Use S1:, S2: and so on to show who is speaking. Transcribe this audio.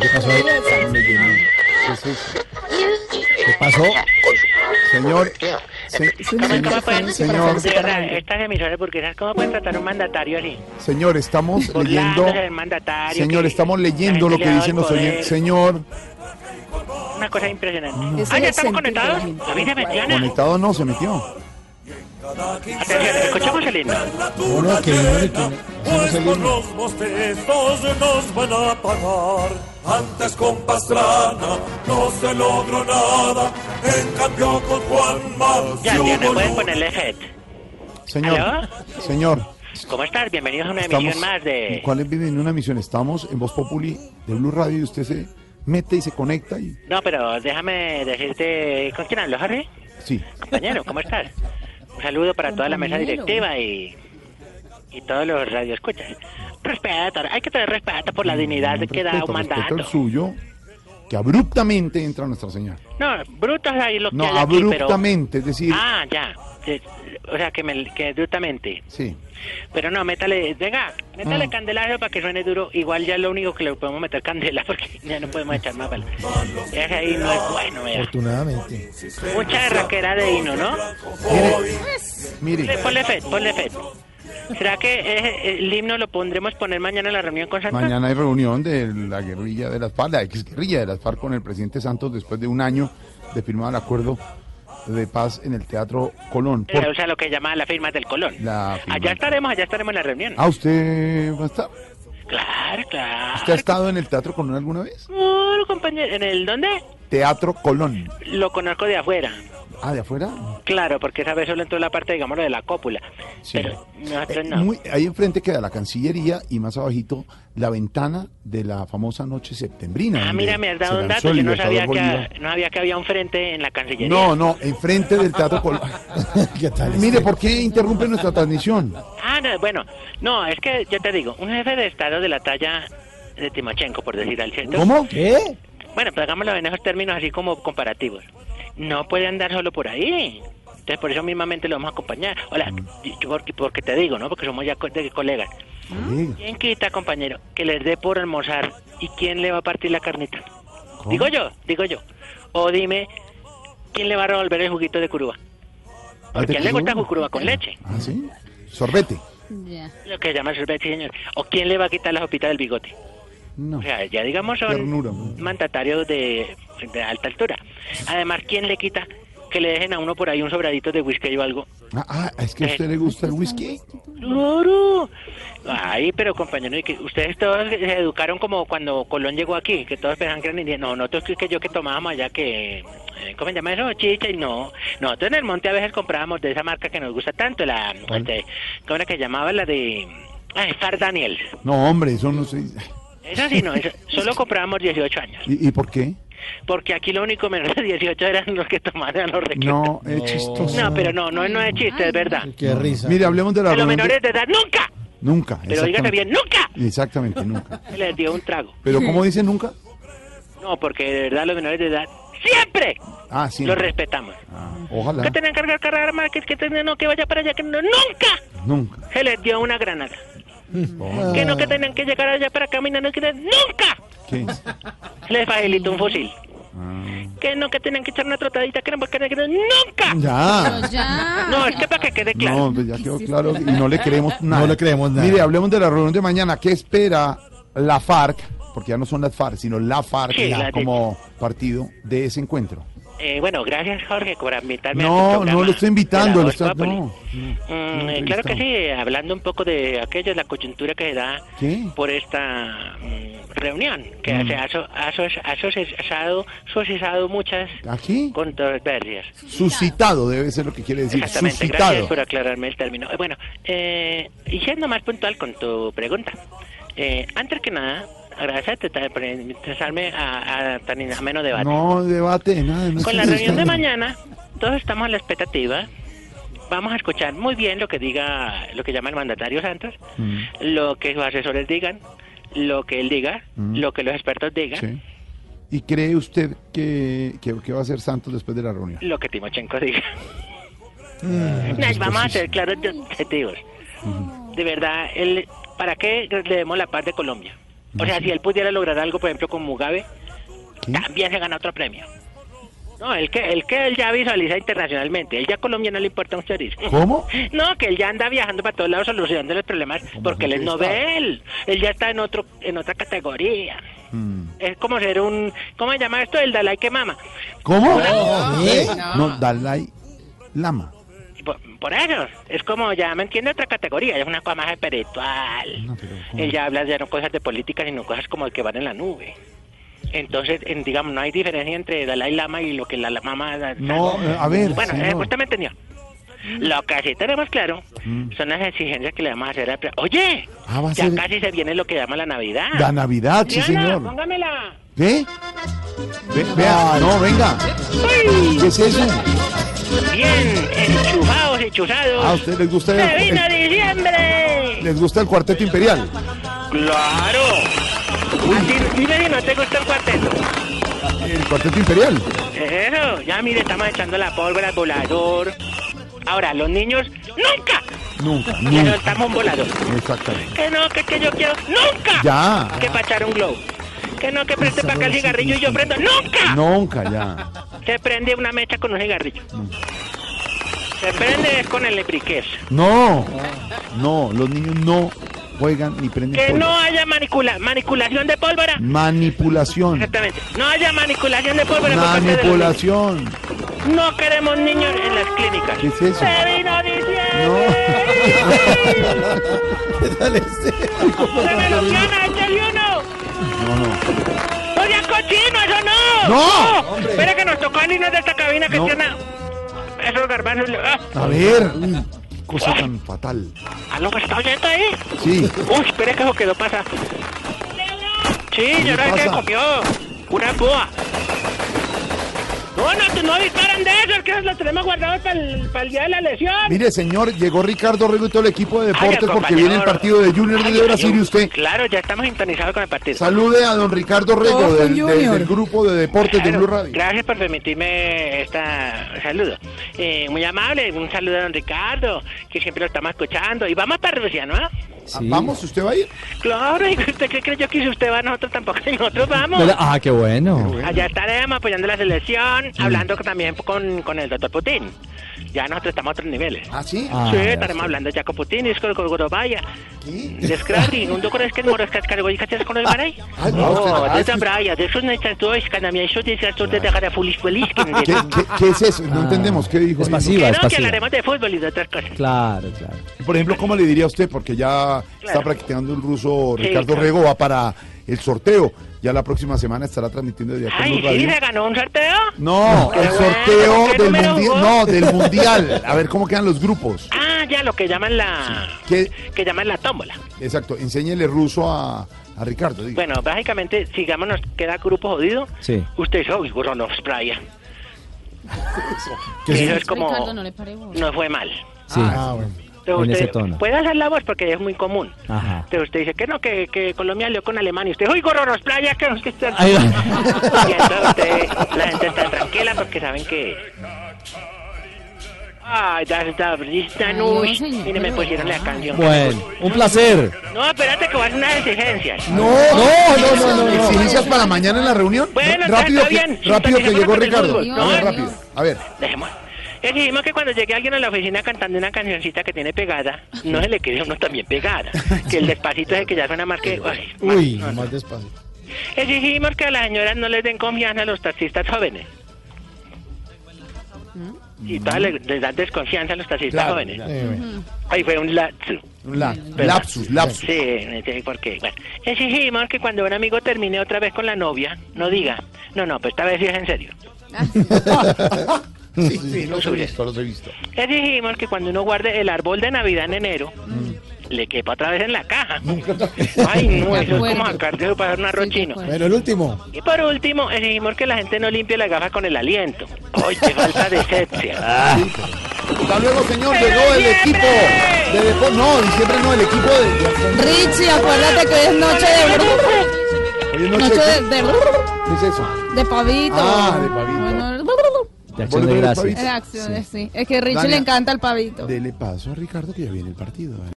S1: ¿Qué pasó ahí? ¿Qué es eso? ¿Qué pasó? Señor, se-
S2: Pues, ¿Cómo
S1: señor,
S2: pueden,
S1: señor,
S2: de verdad, estas emisoras burguesas, ¿cómo pueden tratar a un mandatario así?
S1: señor, estamos leyendo,
S2: Burlándose del mandatario.
S1: señor,
S2: que
S1: estamos leyendo lo
S2: la gente le
S1: que
S2: ha dado
S1: dicen
S2: el
S1: los
S2: poder.
S1: oyentes. Señor,
S2: Una cosa impresionante.
S3: Es
S2: Ah,
S3: el
S2: ya estamos
S3: excéntrico de la
S2: conectados.
S3: gente.
S2: La vida mediana.
S1: conectado no, se metió.
S2: Atención, escuchamos el himno.
S1: Bueno, que no, que no, no es el
S4: pues Con
S1: himno.
S4: los bostezos nos van a pagar. Antes con Pastrana no se logró nada. En cambio con Juanma
S2: Ya,
S4: sí
S2: ya
S4: hubo
S2: no pueden
S4: luz.
S2: ponerle head.
S1: Señor,
S2: ¿Aló?
S1: señor,
S2: ¿Cómo estás? Bienvenidos a una
S1: estamos.
S2: emisión más de...
S1: ¿Cuál es en una misión? Estamos en Voz Populi de Blue Radio y usted se mete y se conecta y
S2: No, pero déjame decirte... ¿Con quién hablo, Jorge?
S1: sí.
S2: Compañero, ¿cómo estás? Un saludo para toda la mesa
S3: Compañero.
S2: directiva y, y todos los radioescuchas. Respeto, hay que tener respeto por la dignidad
S1: Con
S2: que da
S1: Mm, respeto,
S2: un
S1: respeto el
S2: mandato.
S1: suyo, que abruptamente entra nuestra señal.
S2: No, brutos ahí lo que
S1: No,
S2: hay aquí, pero-
S1: abruptamente, es decir,
S2: Ah, ya. Eh, O sea, que, me, que abruptamente.
S1: sí.
S2: Pero no, métale, venga, métale
S1: Ah.
S2: candelario para que suene duro. Igual ya es lo único que le podemos meter candela porque ya no podemos echar más bala. Ese ahí no es bueno, vea.
S5: Afortunadamente.
S2: Mucha raquera de hino, ¿no?
S1: Mire,
S2: Sí, Ponle fe, ponle fe. ¿Será que eh, el himno lo pondremos poner mañana en la reunión con Santa?
S1: mañana hay reunión de la guerrilla de las FARC, la ex guerrilla de las FARC con el presidente Santos después de un año de firmar el acuerdo de paz en el Teatro Colón.
S2: Eh,
S1: Por-
S2: O sea, lo que llamaba la firma del Colón.
S1: La firma.
S2: Allá estaremos, allá estaremos en la reunión.
S1: Ah, ¿usted va a estar?
S2: Claro, claro.
S1: ¿Usted ha estado en el Teatro Colón alguna vez?
S2: Claro, compañero. ¿En el dónde?
S1: Teatro Colón.
S2: Lo conozco de afuera.
S1: Ah, ¿de afuera?
S2: Claro, porque esa vez solo entró la parte, digamos, de la cópula.
S1: Sí.
S2: Pero nosotros
S1: Eh,
S2: no.
S1: muy- ahí enfrente queda la Cancillería y más abajito la ventana de la famosa noche septembrina.
S2: Ah,
S1: donde
S2: mira, me has
S1: se
S2: dado un
S1: lanzó
S2: dato.
S1: el
S2: Yo no
S1: Libertador
S2: sabía, que,
S1: Bolívar.
S2: no sabía que había un frente en la Cancillería.
S1: No, no, enfrente del Teatro Colón.
S5: ¿Qué tal?
S2: este?
S1: Mire, ¿por qué interrumpe nuestra transmisión?
S2: Ah, no, bueno. No, es que yo te digo, un jefe de Estado de la talla de Timochenko, por decir al cierto.
S1: ¿Cómo?
S5: ¿Qué?
S2: Bueno, pues hagámoslo en esos términos así como comparativos. No puede andar solo por ahí. Entonces, por eso mismamente lo vamos a acompañar. Hola,
S1: Mm.
S2: yo porque, porque te digo, ¿no? Porque somos ya co- de colegas.
S1: Colega,
S2: ¿Quién quita, compañero, que les dé por almorzar y quién le va a partir la carnita?
S1: ¿cómo?
S2: Digo yo, digo yo. O dime, ¿quién le va a revolver el juguito de curuba?
S1: ¿Ah,
S2: Porque
S1: te
S2: a él le
S1: puso?
S2: gusta curuba con leche,
S1: ¿Ah, sí? Sorbete.
S3: Ya.
S2: lo que llama sorbete, sí, señor. ¿O quién le va a quitar la sopita del bigote?
S1: No.
S2: O sea, ya digamos son
S1: Ternura.
S2: mandatarios de, de alta altura. Además, ¿quién le quita que le dejen a uno por ahí un sobradito de whisky o algo?
S1: Ah, ah, es
S2: eh,
S1: que a usted le gusta el whisky.
S2: ¡Claro! Ay, pero compañero, y que ustedes todos se educaron como cuando Colón llegó aquí, que todos pensaban que eran indígenas. No, nosotros que, que yo que tomábamos allá que... eh, ¿Cómo se llama eso? Chicha y no. Nosotros en el monte a veces comprábamos de esa marca que nos gusta tanto, la...
S1: ¿Cuál?
S2: este, ¿Cómo era que llamaba? La de... Ay, Far Daniel.
S1: No, hombre, eso no sé.
S2: Eso sí, no, eso, solo comprábamos 18 años.
S1: ¿Y, y por qué?
S2: Porque aquí lo único menor de 18 eran los que tomaban los reclutas.
S1: No, es chistoso.
S2: No, pero no, no, no es chiste, es verdad.
S5: Qué risa.
S1: Mire, hablemos de la
S2: A los
S1: reunión de-
S2: menores de edad, nunca.
S1: Nunca.
S2: Pero dígate
S1: exactamente.
S2: bien, nunca.
S1: Exactamente, nunca.
S2: Se Les dio un trago.
S1: Pero ¿cómo dice nunca?
S2: No, porque de verdad los menores de edad siempre
S1: Ah, sí.
S2: los respetamos.
S1: Ah, ojalá.
S2: Que tenían que cargar cargar armas, que, que tenían no, que vaya para allá, que no, nunca
S1: Nunca.
S2: se les dio una granada.
S1: Oh,
S2: Que no, que tenían que llegar allá para caminar, no, que no, nunca
S1: ¿Qué?
S2: se les facilitó un fusil.
S1: Ah.
S2: Que no, que tenían que echar una trotadita, que no, porque no, que no, nunca.
S1: Ya.
S3: ya.
S2: No, es que para que quede claro.
S1: No, pues ya quedó claro y no le creemos nada.
S5: No le creemos nada.
S1: Mire, hablemos de la reunión de mañana. ¿Qué espera la FARC? Porque ya no son las FARC, sino la FARC
S2: Sí,
S1: ya
S2: la de-
S1: como partido de ese encuentro.
S2: Eh, bueno, gracias Jorge por invitarme a tu
S1: No,
S2: programa
S1: no lo estoy
S2: de
S1: invitando.
S2: la
S1: Lo
S2: Voz
S1: está,
S2: Populi.
S1: no, no.
S2: Mm,
S1: no
S2: eh,
S1: lo
S2: claro que
S1: invitamos.
S2: sí, hablando un poco de aquello, la coyuntura que se da
S1: ¿Qué?
S2: por esta mm, reunión, que se ha, so- ha so- ha sosesado- sosesado muchas
S1: ¿Aquí?
S2: controversias.
S1: Suscitado debe ser lo que quiere decir.
S2: Exactamente,
S1: Suscitado.
S2: gracias por aclararme el término. Eh, Bueno, eh, y siendo más puntual con tu pregunta, eh, antes que nada, agradecerte ta- por interesarme a, a tan ameno debate.
S1: No debate, nada. no
S2: Con
S1: estoy
S2: la reunión de
S1: molestando.
S2: mañana, todos estamos a la expectativa. Vamos a escuchar muy bien lo que diga, lo que llama el mandatario Santos,
S1: Mm,
S2: lo que sus asesores digan, lo que él diga,
S1: Mm.
S2: lo que los expertos digan,
S1: sí. ¿Y cree usted que, que, que va a hacer Santos después de la reunión?
S2: lo que Timochenko diga.
S1: Mm.
S2: Nos vamos a ser claros y objetivos. De verdad, él, ¿para qué le demos la paz de Colombia? O sea, si él pudiera lograr algo, por ejemplo, con Mugabe,
S1: ¿Qué?
S2: también se gana otro premio. No, el que, el que él ya visualiza internacionalmente, él ya a Colombia no le importa un chorizo.
S1: ¿Cómo?
S2: No, que él ya anda viajando para todos lados solucionando los problemas porque él es Nobel. Él ya está en otro en otra categoría.
S1: Mm.
S2: Es como ser un ¿cómo se llama esto? El Dalai que mama.
S1: ¿Cómo?
S5: ¿Eh?
S1: No, Dalai Lama.
S2: Por, por eso, es como ya me entiende otra categoría, es una cosa más espiritual.
S1: No, pero ¿cómo?
S2: Él ya habla ya no cosas de política, sino cosas como que van en la nube. Entonces, en- digamos, no hay diferencia entre Dalai Lama y lo que la, la mama...
S1: No, eh, a ver,
S2: Bueno,
S1: señor.
S2: eh, usted me entendió. Lo que sí tenemos claro son las exigencias que le vamos a hacer a... pre- Oye,
S1: Mm. Ah, va a
S2: ya
S1: ser-
S2: casi se viene lo que llama la Navidad.
S1: La Navidad, sí,
S2: Diana,
S1: señor.
S2: póngamela.
S1: ¿Qué? Ve- vea, no, venga. ¿Qué es eso?
S2: Bien, enchufados, enchuzados.
S1: Ah, ¿a ustedes les gusta
S2: ¡Se
S1: el,
S2: vino
S1: el-
S2: diciembre!
S1: les gusta el cuarteto imperial?
S2: ¡Claro! Ah, A ti- Dime si no te gusta el cuarteto.
S1: El cuarteto imperial.
S2: Eso, ya mire, estamos echando la pólvora al volador. Ahora, los niños, nunca
S1: Nunca,
S2: le
S1: nunca.
S2: soltamos un volador.
S1: Exactamente.
S2: Que no, que, que yo quiero, nunca.
S1: Ya.
S2: Que para echar un globo. Que no, que preste para acá el cigarrillo y yo prendo, nunca.
S1: Nunca, ya.
S2: Se prende una mecha con un cigarrillo. Se prende es con el lebriquez.
S1: No. No, los niños no juegan ni prenden
S2: Que
S1: fuego.
S2: no haya manicula, manipulación de pólvora.
S1: Manipulación.
S2: Exactamente. No haya manipulación de pólvora. por parte de los
S1: Manipulación.
S2: niños. No queremos niños en las clínicas.
S1: ¿Qué es eso?
S2: Se vino
S1: No.
S2: diciembre.
S5: ¿Qué tal este?
S2: ¡Se me lo gana este uno!
S1: No, no.
S2: ¡Oye, cochino, eso no!
S1: ¡No!
S2: Espera que nos tocó niños de esta cabina que
S1: No.
S2: tiene... Esos garbanzos... ¡Ah!
S1: A ver, uy, cosa tan fatal.
S2: ¿Aló, está oyendo ahí?
S1: Sí,
S2: Uy, espera que eso quedó pasa. Sí, yo no sé qué
S1: pasa?
S2: copió. Una boa. No, no, tú no disparan de eso, es que los tenemos guardados para el, para el día de la lesión.
S1: mire señor, llegó Ricardo Rego y todo el equipo de
S2: Ay,
S1: deportes porque
S2: compañero.
S1: viene el partido de Junior
S2: Ay,
S1: de Brasil
S2: yo-
S1: y usted.
S2: Claro, ya estamos sintonizados con el partido.
S1: Salude a don Ricardo Rego
S5: Ojo,
S1: del, del-
S5: Junior.
S1: del grupo de deportes de
S2: Claro,
S1: Blue Radio.
S2: Gracias por permitirme esta saludo. Eh, muy amable, un saludo a don Ricardo, que siempre lo estamos escuchando. Y vamos para Rusia, ¿no?
S1: Ah, Vamos, ¿usted va a ir?
S2: Claro, ¿y usted qué creyó que si usted va, nosotros tampoco, nosotros vamos.
S3: Ah, qué bueno.
S2: Allá estaremos apoyando la selección, hablando también con, con el doctor Putin. Ya nosotros estamos a otros niveles.
S1: ¿Ah, sí?
S3: Ah,
S2: sí,
S3: ya
S2: estaremos hablando ya con Putin, es con Gorobaya.
S1: ¿Qué?
S2: De Scrabble, no con es que el morosca es cargo y que es con el maray.
S1: Ay, no, usted-
S2: No,
S1: ah,
S2: de
S1: es que-
S2: esa braya, de esos no están todos, que a mí eso dice a todos de dejar a fulis feliz. que me-
S1: ¿Qué, qué- qué es eso? No entendemos qué dijo.
S3: Ah. Es
S1: ahí?
S3: pasiva.
S2: Creo que
S3: pasiva.
S2: hablaremos de fútbol y de otras cosas.
S3: Claro, claro.
S1: Por ejemplo, ¿cómo le diría a usted? Porque ya está
S2: Claro.
S1: practicando el ruso
S2: Sí,
S1: Ricardo
S2: claro.
S1: Rego, va para el sorteo. Ya la próxima semana estará transmitiendo desde acá en
S2: Ay,
S1: Blue
S2: sí,
S1: Radio.
S2: se ganó un sorteo.
S1: No,
S2: Qué
S1: el
S2: Ah, bueno,
S1: sorteo
S2: ¿qué
S1: del
S2: número
S1: mundial.
S2: jugó?
S1: No, del mundial. A ver cómo quedan los grupos.
S2: Ah, ya lo que llaman la
S1: ¿Qué?
S2: que llaman la tómbola.
S1: Exacto, enséñele ruso a, a Ricardo. diga.
S2: Bueno, básicamente, sigamos, nos queda grupo jodido.
S3: Sí.
S2: Usted es uy, gorro, no, es playa.
S5: ¿Qué es
S2: Eso
S5: eso?
S2: es como
S6: Ricardo, no le pare bola.
S2: no fue mal.
S3: Sí.
S5: Ah, bueno.
S2: Entonces
S3: En ese
S2: usted
S3: tono.
S2: puede hacer la voz porque es muy común.
S3: Ajá.
S2: Entonces usted dice que no, que, que Colombia leó con Alemania. Y usted, uy, gorro, no, es playa, que no es que está-".
S3: Ahí va.
S2: Y entonces usted- la gente está tranquila porque saben que. Ay, das, das,
S6: Ay, no, señor,
S2: Mire, me
S6: pero-
S2: pusieron la canción.
S3: Bueno, un placer.
S2: No, espérate que voy a hacer unas exigencias.
S1: No, no, no, no, no, no. ¿Exigencias para mañana en la reunión?
S2: Bueno,
S1: No, rápido,
S2: está
S1: que,
S2: bien.
S1: rápido que llegó
S2: Sintonicemos
S1: Ricardo.
S2: con el
S1: A
S6: fútbol.
S1: ver,
S6: No,
S1: rápido. A ver,
S2: Dejemos. Exigimos que cuando llegue alguien a la oficina cantando una cancioncita que tiene pegada, no se le quede uno también pegada. Que el despacito es el que ya suena más que. ay, más-
S5: Uy,
S2: no, no.
S5: más despacio.
S2: Exigimos que a las señoras no les den confianza a los taxistas jóvenes. Y todas les, les dan desconfianza a los taxistas
S1: Claro,
S2: jóvenes.
S1: ya.
S5: Eh, bueno.
S2: Ahí fue un la...
S1: un la- lapsus, lapsus.
S2: Sí, sí, porque, bueno, exigimos que cuando un amigo termine otra vez con la novia, no diga, no, no, pues esta vez sí es en serio.
S1: Sí, sí, los he visto, los he visto.
S2: Exigimos que cuando uno guarde el árbol de Navidad en enero,
S6: Mm.
S2: le quepa otra vez en la caja. Ay, no,
S6: De
S2: eso es como
S6: acuerdo.
S2: sacar de para un arroz
S6: Sí, de
S2: chino.
S6: acuerdo.
S5: Bueno, el último.
S2: Y por último, exigimos que la gente no limpie la gafa con el aliento. Ay, qué falta de
S6: Ah,
S2: esencia.
S1: Hasta luego, señor.
S2: ¡Pero
S1: Llegó el
S2: siempre!
S1: equipo de deportes. No, diciembre no, el equipo de.
S6: Richie, acuérdate que hoy es noche de brujo.
S1: Oye, no
S6: Noche
S1: sé,
S6: de, de,
S1: ¿Qué es eso?
S6: de pavito.
S1: Ah, de pavito.
S6: Bueno,
S3: De acción de
S1: Volver al
S3: gracias.
S1: país.
S6: de acciones, sí. Es que a Richie
S1: Dania.
S6: le encanta el pavito.
S1: Dele paso a Ricardo que ya viene el partido. ¿eh?